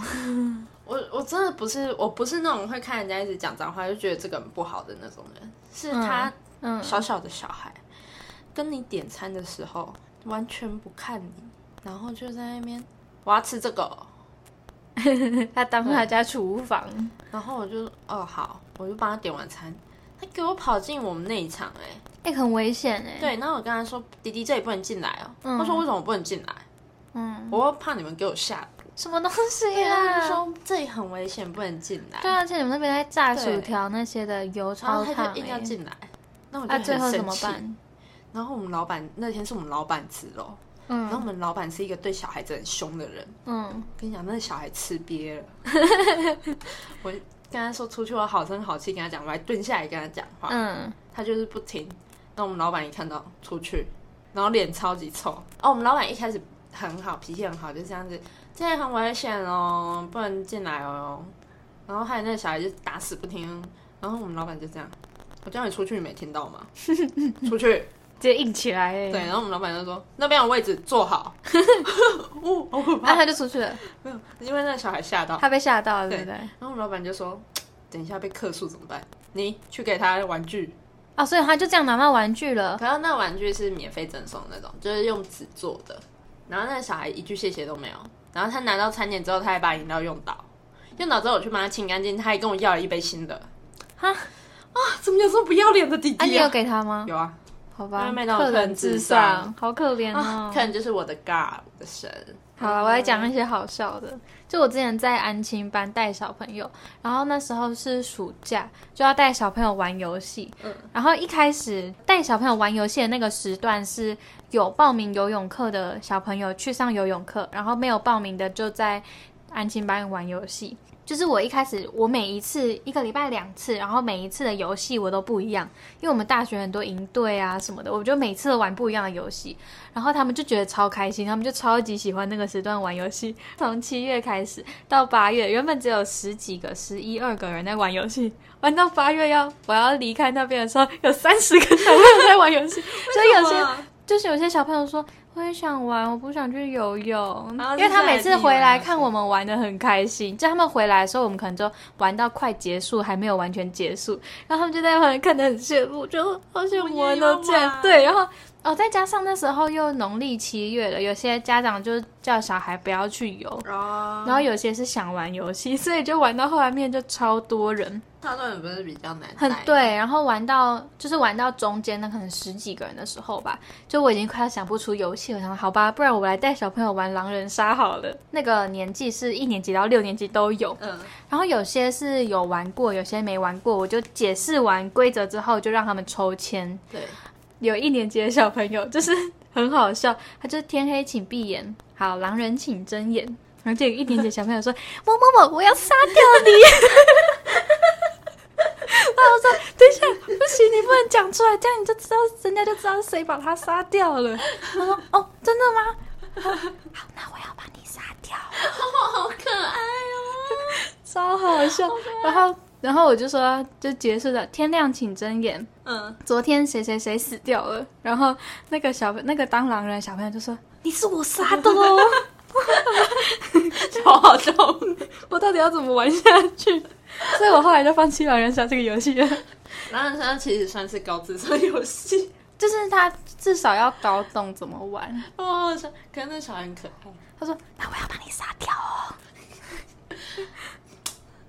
我我真的不是，我不是那种会看人家一直讲脏话就觉得这个很不好的那种人，是他嗯，小小的小孩，跟你点餐的时候完全不看你，然后就在那边我要吃这个哦，他当他家厨房，然后我就哦好，我就帮他点完餐，他给我跑进我们内场哎、哎、很危险哎、，对，然后我跟他说弟弟这里不能进来哦，嗯他说为什么我不能进来？嗯，我怕你们给我吓到，什么东西他就啊？说这里很危险，不能进来，对啊，而且你们那边在炸薯对条那些的油然超后烫、他欸，就硬要进来，那我就啊，很最后怎生么气。办？然后我们老板那天是我们老板值哦，然后我们老板是一个对小孩子很凶的人，嗯，跟你讲，那个小孩吃 瘪了。我跟他说出去，我好声好气跟他讲，我还蹲下来跟他讲话，嗯，他就是不听。那我们老板一看到出去，然后脸超级臭。哦，我们老板一开始很好，脾气很好，就这样子，这样很危险哦，不能进来哦。然后还有那个小孩就打死不听，然后我们老板就这样，我叫你出去，你没听到吗？出去。直接硬起来哎、 对，，然后我们老板就说那边有位置坐好， 哦，好然可后怕，啊他就出去了，没有，因为那个小孩吓到，他被吓到了，对对不对？然后我们老板就说，等一下被客诉怎么办？你去给他玩具，哦，所以他就这样拿到玩具了，哦可是那玩具是免费赠送的那种，就是用纸做的，然后那个小孩一句谢谢都没有，然后他拿到餐点之后，他还把饮料用倒，用倒之后我去帮他清干净，他还跟我要了一杯新的，哈啊，怎么有这么不要脸的弟啊，你弟有啊？给他 吗？有啊，好吧因为，麦当劳客人客人至至上上，好可怜哦啊，。可能就是我的 God，我的神。好啊了，我来讲一些好笑的。就我之前在安亲班带小朋友，然后那时候是暑假，就要带小朋友玩游戏。嗯然后一开始带小朋友玩游戏的那个时段是有报名游泳课的小朋友去上游泳课，然后没有报名的就在安亲班玩游戏。就是我一开始，我每一次一个礼拜两次，然后每一次的游戏我都不一样，因为我们大学很多营队啊什么的，我就每次都玩不一样的游戏。然后他们就觉得超开心，他们就超级喜欢那个时段玩游戏。 从七月开始到八月，原本只有十几个、十一二个人在玩游戏，玩到八月要我要离开那边的时候，有三十个小朋友在玩游戏，所以有些就是有些小朋友说我也想玩，我不想去游泳，然后因为他每次回来就是在地玩游戏看我们玩的很开心，就他们回来的时候，我们可能就玩到快结束，还没有完全结束，然后他们就在旁边看得很羡慕，就好像我能这样我也要玩对，然后哦，再加上那时候又农历七月了，有些家长就叫小孩不要去游，然然后有些是想玩游戏，所以就玩到后来面就超多人。他那也不是比较难带，很对，然后玩到就是玩到中间那可能十几个人的时候吧，就我已经快要想不出游戏了，想说好吧，不然我来带小朋友玩狼人杀好了。那个年纪是一年级到六年级都有，嗯，然后有些是有玩过，有些没玩过，我就解释完规则之后，就让他们抽签。 对，有一年级的小朋友，就是很好笑，他就天黑请闭眼，好狼人请睁眼。然后就有一年级的小朋友说：“某某某，我要杀掉你！” 然后我说：“等一下，不行，你不能讲出来，这样你就知道，人家就知道谁把他杀掉了。” 他说：“哦，真的吗？好，那我要把你杀掉。”好可爱哦，超好笑。然后，然后我就说，就结束了，天亮请睁眼。嗯，昨天谁谁谁死掉了，然后那个小那个当狼人的小朋友就说：“你是我杀的哦， 超好笑，我到底要怎么玩下去？” 所以我后来就放弃狼人杀这个游戏了。狼人杀其实算是高智商游戏，就是他至少要搞懂怎么玩。哦，好笑，可是那小孩很可爱，他说：“那我要把你杀掉哦。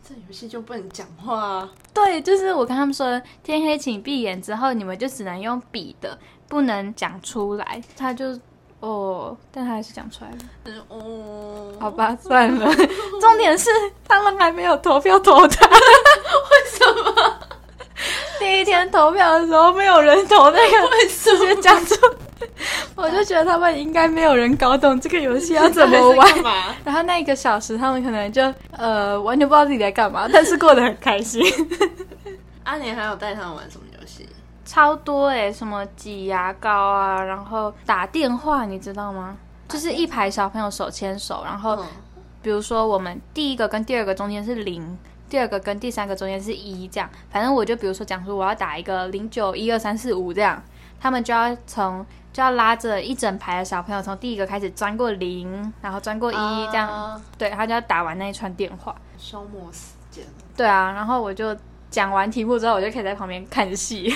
这游戏就不能讲话啊，”对，就是我跟他们说，天黑请闭眼之后，你们就只能用笔的，不能讲出来。他就哦，但他还是讲出来了。嗯哦，好，吧，算了。 重点是他们还没有投票投他， 为什么？ 第一天投票的时候，没有人投那个，为什么？讲 出，我就觉得他们应该没有人搞懂这个游戏要怎么 玩。干嘛？然后那一个小时，他们可能就呃完全不知道自己在干 嘛，但是过得很开心，阿啊年还有带他们玩什么游戏？ 超多哎、什么挤牙膏啊，然后打电话，你知道吗？就是一排小朋友手牵手，然后嗯，比如说我们第一个跟第二个中间是零，第二个跟第三个中间是一，这样，反正我就比如说讲说我要打一个零九一二三四五这样，他们就要从就要拉着一整排的小朋友从第一个开始钻过零，然后钻过一这样，啊对他就要打完那一串电话，消磨时间，对啊，然后我就。讲完题目之后，我就可以在旁边看戏，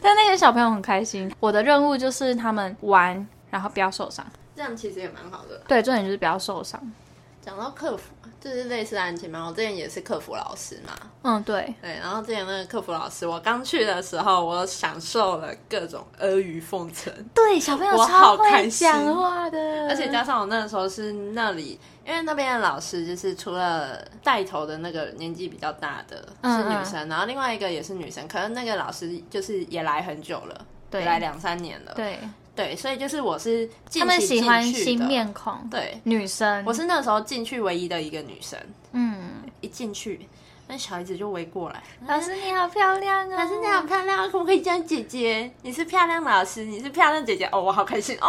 但那些小朋友很开心。我的任务就是他们玩，然后不要受伤。这样其实也蛮好的啦。对，重点就是不要受伤。讲到客服，就是类似案情嘛，我之前也是客服老师嘛，嗯，对，对，然后之前那个客服老师，我刚去的时候，我享受了各种阿谀奉承，对，小朋友我超好会开心讲话的，而且加上我那时候是那里，因为那边的老师就是除了带头的那个年纪比较大的嗯是女生，然后另外一个也是女生，可是那个老师就是也来很久了，对也来两三年了，对，对，所以就是我是近他们期喜进欢去新的面孔，对，女生我，是那时候进去唯一的一个女生，嗯，一进去那小孩子就围过来，老师你好漂亮哦，老师你好漂亮，可不可以叫你姐姐？你是漂亮老师，你是漂亮姐姐哦，我好开心 哦。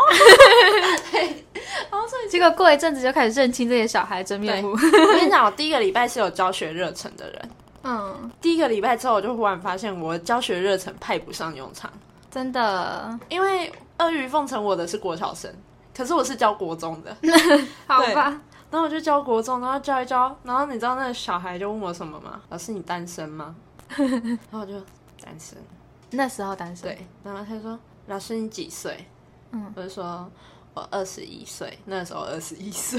结果过一阵子就开始认清这些小孩真面目。我跟你讲，我第一个礼拜是有教学热忱的人， 嗯，第一个礼拜之后，我就忽然发现我的教学热忱派不上用场，真的，因为阿谀奉承我的是国小生，可是我是教国中的，好对吧，然后我就教国中，然后教一教，然后你知道那个小孩就问我什么吗？老师你单身吗？ 然后我就单身，那时候单身，对，，然后他就说老师你几岁？嗯，我就说我二十一岁，那时候二十一岁。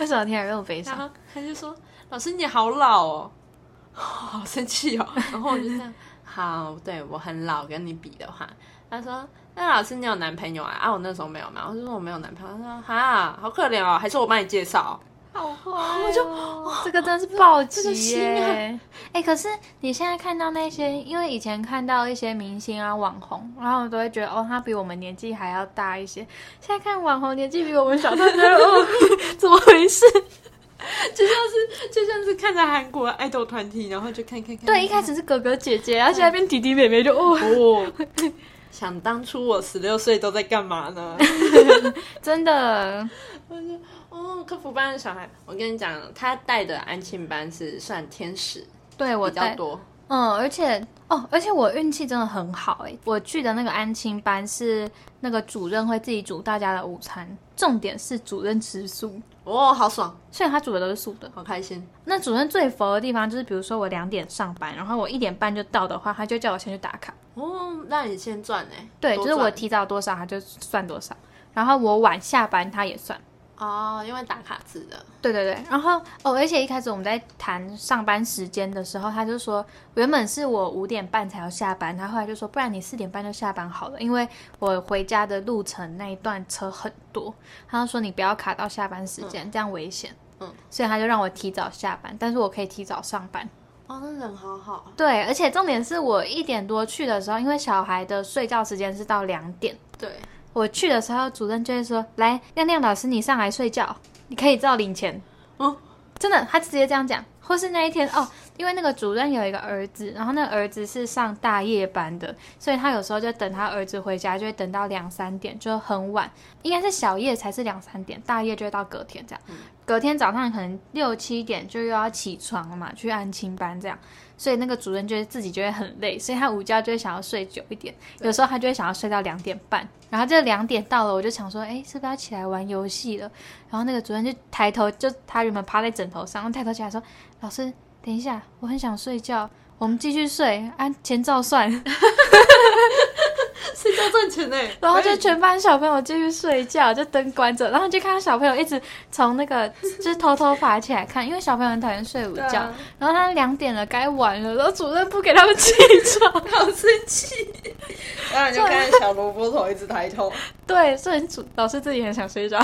为什么你还这么悲然伤？后他就说：“老师你好老哦， 好生 气哦。”然后我就这样：“好，对我很老，跟你比的话。”他说：“那老师你有男朋友啊？”啊，我那时候没有嘛，我就说我没有男朋友。他说：“哈，好可怜哦，还是我帮你介绍。 好坏、我就哦这个真的是暴击耶！这个心啊哎、可是你现在看到那些，因为以前看到一些明星啊、网红，然后我都会觉得哦，他比我们年纪还要大一些。现在看网红年纪比我们小，都觉得 哦，怎么回事？”就像是看着韩国爱豆团体，然后就看看看。对，一开始是哥哥姐姐，然后现在变弟弟妹妹就，哦， 哦，想当初我十六岁都在干嘛 呢？真的，哦，客服班的小孩，我跟你讲，他带的安庆班是算天使对我比较带多。嗯，而且哦，而且我运气真的很好哎、我去的那个安亲班是那个主任会自己煮大家的午餐，重点是主任吃素，哦，好爽，所以他煮的都是素的。好开心。那主任最佛的地方就是，比如说我两点上班，然后我一点半就到的话，他就叫我先去打卡。哦，那你先赚呢、对，多就是我赚提早多少，他就算多少。然后我晚下班，他也算。哦，因为打卡制的，对对对，然后哦，而且一开始我们在谈上班时间的时候，他就说原本是我五点半才要下班，他后来就说不然你四点半就下班好了，因为我回家的路程那一段车很多，他就说你不要卡到下班时间，这样危险。嗯，所以他就让我提早下班，但是我可以提早上班。哦，那人好好，对，而且重点是我一点多去的时候，因为小孩的睡觉时间是到两点，对，我去的时候主任就会说：“来，亮亮老师，你上来睡觉，你可以照领钱。”哦，真的，他直接这样讲。或是那一天哦，因为那个主任有一个儿子，然后那个儿子是上大夜班的，所以他有时候就等他儿子回家，就会等到两三点，就很晚。应该是小夜才是两三点，大夜就会到隔天这样。隔天早上可能六七点就又要起床了嘛，去安亲班这样。所以那个主任就是自己就会很累，所以他午觉就会想要睡久一点，有时候他就会想要睡到两点半，然后这两点到了，我就想说，哎，是不是要起来玩游戏了？然后那个主任就抬头，就他原本趴在枕头上，然后抬头起来说，老师，等一下，我很想睡觉，我们继续睡，按钱照算。 睡觉赚钱呢、欸 然后就全班小朋友继续睡觉，就灯关着，然后就看到小朋友一直从那个就是偷偷爬起来看，因为小朋友很讨厌睡午对啊觉。然后他两点了，该晚了，然后主任不给他们起床，好生 气，然后你就看小萝卜头一直抬 头， 对，所以主老师自己很想睡觉，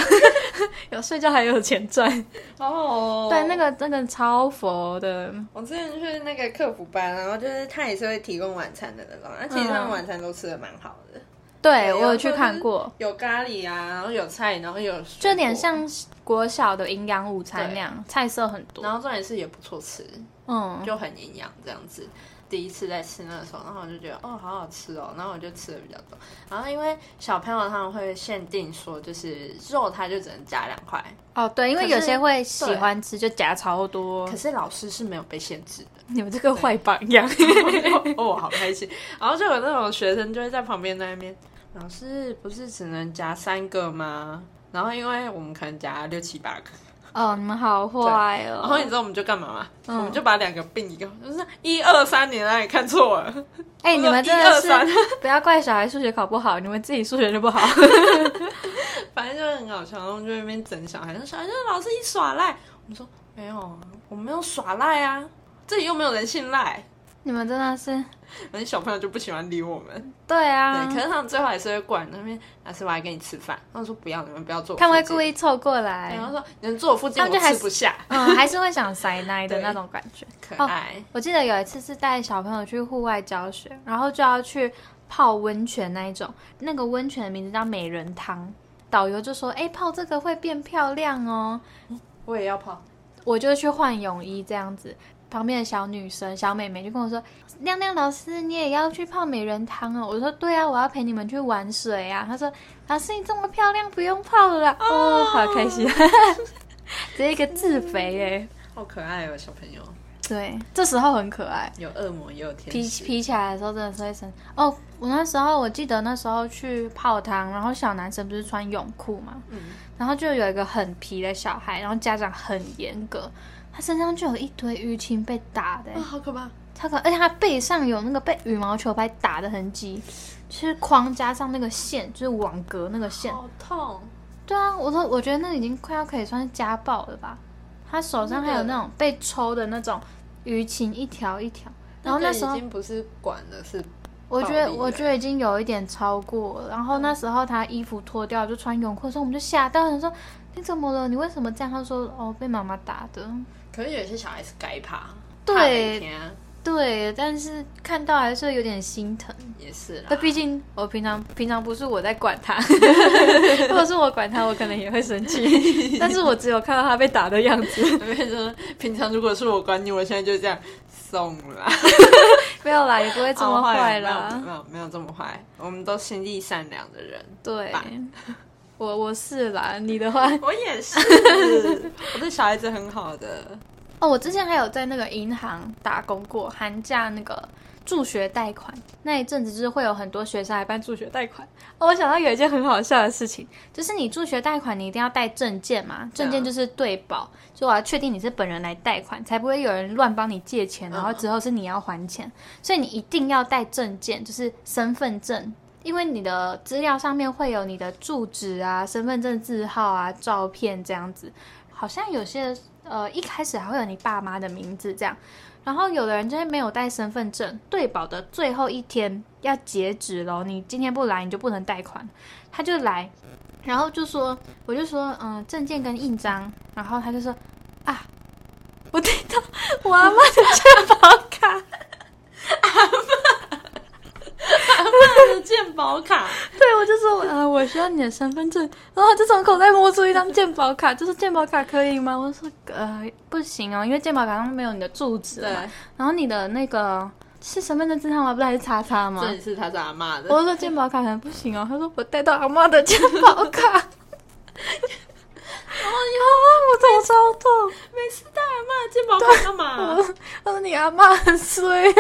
有睡觉还有钱赚。哦，对，那。个那个超佛的，我之前去那个客服班，然后就是他也是会提供晚餐的那种，那其实他们嗯晚餐都吃的蛮好的，对有我有去就是看过，有咖喱啊，然后有菜，然后有就就有点，像国小的营养午餐那样，菜色很多然。后重点是也不错吃，嗯，就很营养这样子。第一次在吃那个时候，然后我就觉得哦，好好吃哦，然后我就吃的比较多。然后因为小朋友他们会限定说，就是肉它就只能加两块，哦对，因为可是有些会喜欢吃，就夹超多可。是老师是没有被限制的。 你们这个坏榜样。哦，好开心。然后就有那种学生就会在旁边在那边，老师不是只能夹三个吗？然后因为我们可能夹六七八个， 哦，你们好坏 哦！然后你知道我们就干嘛吗？嗯我们就把两个并一个，就是一二三，你哪里看错了？哎、你们真的是一二三不要怪小孩数学考不好，你们自己数学就不 好。反正就很搞笑，然后我们就在那边整小孩，那小孩就说老师一耍赖，我们说没有啊，我没有耍赖啊，这里又没有人信赖，你们真的是，反正小朋友就不喜欢理我们。对啊对，，可是他们最后还是会管那边，老师我来跟你吃饭，他们说不要，你们不要坐我附近。他们会故意凑过来对，，然后说你们坐我附近，他们就我还吃不下，嗯，还是会想塞奶的那种感觉。可爱。我记得有一次是带小朋友去户外教学，然后就要去泡温泉那一种，那个温泉的名字叫美人汤。导游就说：“哎、泡这个会变漂亮哦。我也要泡。”我就去换泳衣这样子。旁边的小女生、小妹妹就跟我说：“亮亮老师，你也要去泡美人汤哦？”我说：“对啊，我要陪你们去玩水啊。”她说：“老师，你这么漂亮，不用泡了啦。”哦，好开心，直接一个自肥哎、好可爱哦，小朋友，对，这时候很可爱。有恶魔也有天皮使。皮起来的时候真的是会生哦。我那时候我记得那时候去泡汤，然后小男生不是穿泳裤嘛，嗯然后就有一个很皮的小孩，然后家长很严格，他身上就有一堆淤青被打的、啊，好可怕！他可而且他背上有那个被羽毛球拍打的痕迹，就是框加上那个线，就是网格那个线。好痛，对啊，我说我觉得那已经快要可以算是家暴了吧。他手上还有那种被抽的那种淤青，一条一条。然后那时候个已经不是管了，是我觉得，暴力我了觉得已经有一点超过了。然后那时候他衣服脱掉就穿泳裤的时候，我们就吓到，想说你怎么了？你为什么这样？他说哦，被妈妈打的。可是有些小孩是该怕，对怕雷天啊对，但是看到还是有点心疼。啊也是啦那。毕竟我平常平常不是我在管 他，如果是我管他，我可能也会生气。但是我只有看到他被打的样 子，因为说平常如果是我管你，我现在就这样送啦，没有哦啦，也不会这 么好坏没有啦。没有没有这么坏，我们都心地善良的 人。对吧， 我我是啦，你的话我也 是，我对小孩子很好的。哦，我之前还有在那个银行打工过，寒假那个助学贷款那一阵子，就是会有很多学生来办助学贷款。哦，我想到有一件很好笑的事情，就是你助学贷款，你一定要带证件嘛，证件就是对保，所以我要确定你是本人来贷款，才不会有人乱帮你借钱，然后之后是你要还钱，所以你一定要带证件，就是身份证。因为你的资料上面会有你的住址啊、身份证字号啊、照片这样子，好像有些呃一开始还会有你爸妈的名字这样，然后有的人就会没有带身份证，对保的最后一天要截止咯，你今天不来你就不能贷款，他就来，然后就说我就说嗯、呃证件跟印章，然后他就说啊，我听到我阿妈的健保卡， 啊健保卡，对我就说呃我需要你的身份证，然后他就从口袋摸出一张健保卡，就是健保卡可以吗？我说呃不行哦，因为健保卡上没有你的住址嘛。对，然后你的那个是身份证字号吗？不是还是叉叉吗这？里是他是阿妈的，我说健保卡可能不行哦。他说我带到阿妈的健保卡。然后我头超痛。没事带阿妈健保卡干嘛？他说你阿妈很衰耶，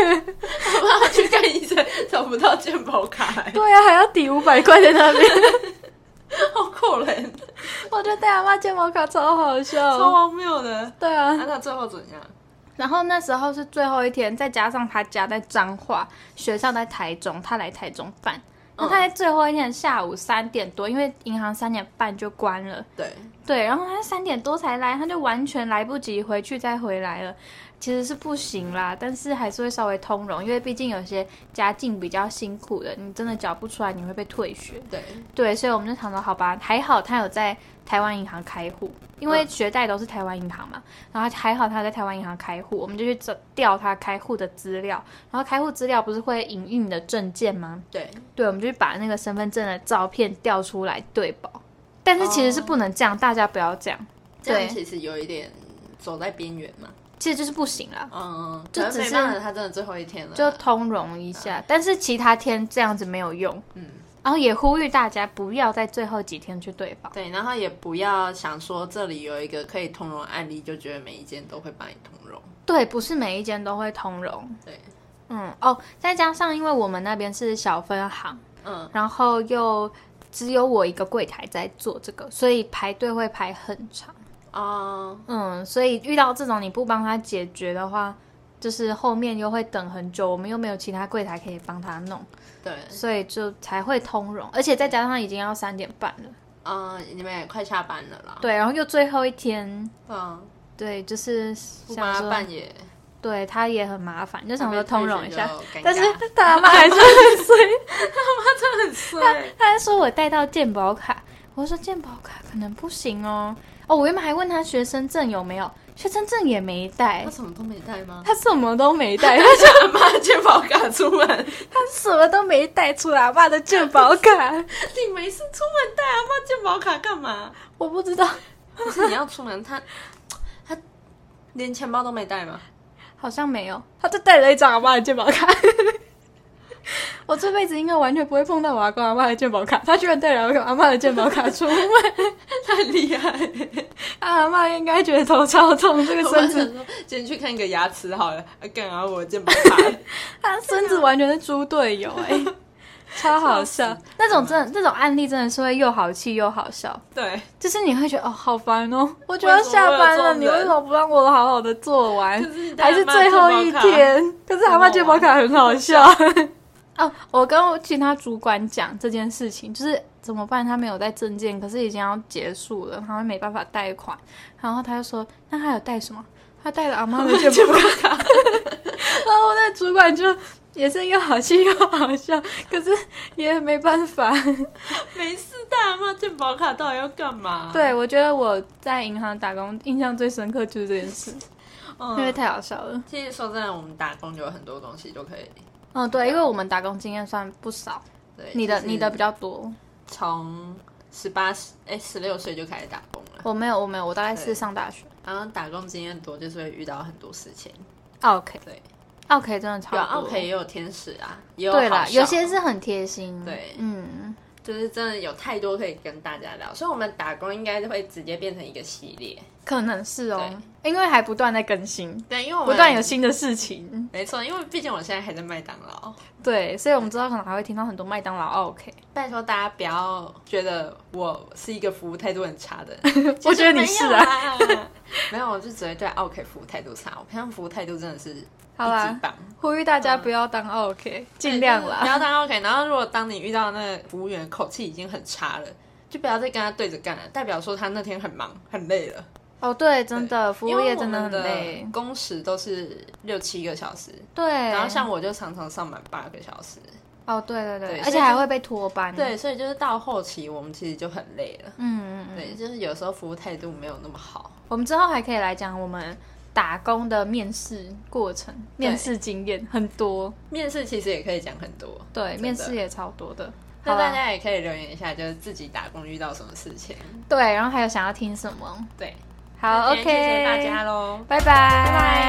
我要去看医生，找不到健保卡、欸，对啊，还要抵五百块在那边。 好可怜，我觉得带阿妈健保卡超好 超笑。荒谬的。对啊啊，，那最后怎样？然后那时候是最后一天，再加上他家在彰化，学校在台中，他来台中办。那他在最后一天下午三点多，因为银行三点半就关了，对，对，然后他三点多才来，他就完全来不及回去再回来了，其实是不行啦，但是还是会稍微通融，因为毕竟有些家境比较辛苦的，你真的缴不出来，你会被退学。对，对，所以我们就想说，好吧，还好他有在台湾银行开户，因为学贷都是台湾银行嘛，然后还好他有在台湾银行开户，我们就去找调他开户的资料，然后开户资料不是会影印你的证件吗？对，对，我们就把那个身份证的照片调出来对保，但是其实是不能这样，大家不要这样，这样对其实有一点走在边缘嘛。其实就是不行啦，嗯，就可是只没是办法，他真的最后一天了，就通融一下。但是其他天这样子没有用，嗯，然后也呼吁大家不要在最后几天去对保。对，然后也不要想说这里有一个可以通融案例，就觉得每一间都会帮你通融。对，不是每一间都会通融。对，嗯，哦，再加上因为我们那边是小分行，嗯，然后又只有我一个柜台在做这个，所以排队会排很长。哦，嗯，所以遇到这种你不帮他解决的话，就是后面又会等很久，我们又没有其他柜台可以帮他弄，对，所以就才会通融，而且再加上已经要三点半了，嗯，你们也快下班了啦，对，然后又最后一天，嗯，对，就是不想帮他说办， 也对他也很麻烦，就想说通融一下他被退学就尴尬，但是他妈 还是很衰，很衰，欸他还说我带到鉴宝卡，我说鉴宝卡可能不行哦。哦，我原本还问他学生证有没有，薛真正也没带他，什么都没带吗？他什么都没 带， 他妈健保卡出门，他什么都没带，除了阿爸的健保卡， 你没事出门带阿妈健保卡干嘛？ 我不知道， 不是你要出门，他他连钱包都没带 吗？好像没有， 他就带了一张阿妈的健保卡。 我这辈子应该完全不会碰到我阿公阿妈的健保卡，他居然带了我阿妈的健保卡出门，太厉害！啊阿妈应该觉得头超痛，这个 我本孙来想子，说今天去看个牙齿好了，啊干啊我 健保卡，他孙子完全是猪队友哎、超好笑笑死！那种真的，这种案例真的是会又好气又好笑，对，就是你会觉得哦好烦哦，我就要下班了，你为什么会有这种人为什么不让我好好的做完？可是你带哎 还是最后一天， 可是阿妈健保卡很好笑。 哦，我跟我其他主管讲这件事情，就是怎么办？他没有带证件，可是已经要结束了，他没办法贷款。然后他就说：“那他有带什么？他带了阿妈的健保卡。 卡，”然后那主管就也是又好气又好笑，可是也没办法。没事带阿妈健保卡到底要干嘛？对，我觉得我在银行打工印象最深刻就是这件事，因为嗯，太好笑了。其实说真的，我们打工有很多东西都可以。嗯，对，因为我们打工经验算不少，对，你的就是你的比较多。从十八哎十六岁就开始打工了，我没有，我没有，我大概是对上大学。然后打工经验多，就是会遇到很多事情。 OK，对， OK 真的超有多。啊 OK 也有天使啊，也有对好啦，笑有些是很贴心。对嗯，就是真的有太多可以跟大家聊，所以我们打工应该就会直接变成一个系列。可能是哦，因为还不断在更新，对，因为我不们断有新的事情。没错，因为毕竟我现在还在麦当劳。对，所以我们之后可能还会听到很多麦当劳 OK。，拜托大家不要觉得我是一个服务态度很差的人我觉得你是啊其实没有 啦，没有，我就只会对 OK 服务态度差。我平常服务态度真的是一级好啦棒，呼吁大家不要当 OK，尽量嗯对就是不啦。要当 OK。然后如果当你遇到那个服务员口气已经很差了，就不要再跟他对着干了，代表说他那天很忙很累了。哦，对，真的，服因务为业我真的们很的累。工时都是六七个小时，对，然后像我就常常上满八个小时，哦，对对对，对而且还会被拖班。对，，所以就是到后期我们其实就很累了。嗯嗯嗯。对，就是有时候服务态度没有那么好。我们之后还可以来讲我们打工的面试过程、面试经验很多。面试其实也可以讲很多，对，真的面试也超多的。那好啊大啦家也可以留言一下，就是自己打工遇到什么事情。对，然后还有想要听什么？对，好今，OK，天谢谢大家喽，拜拜，拜拜拜。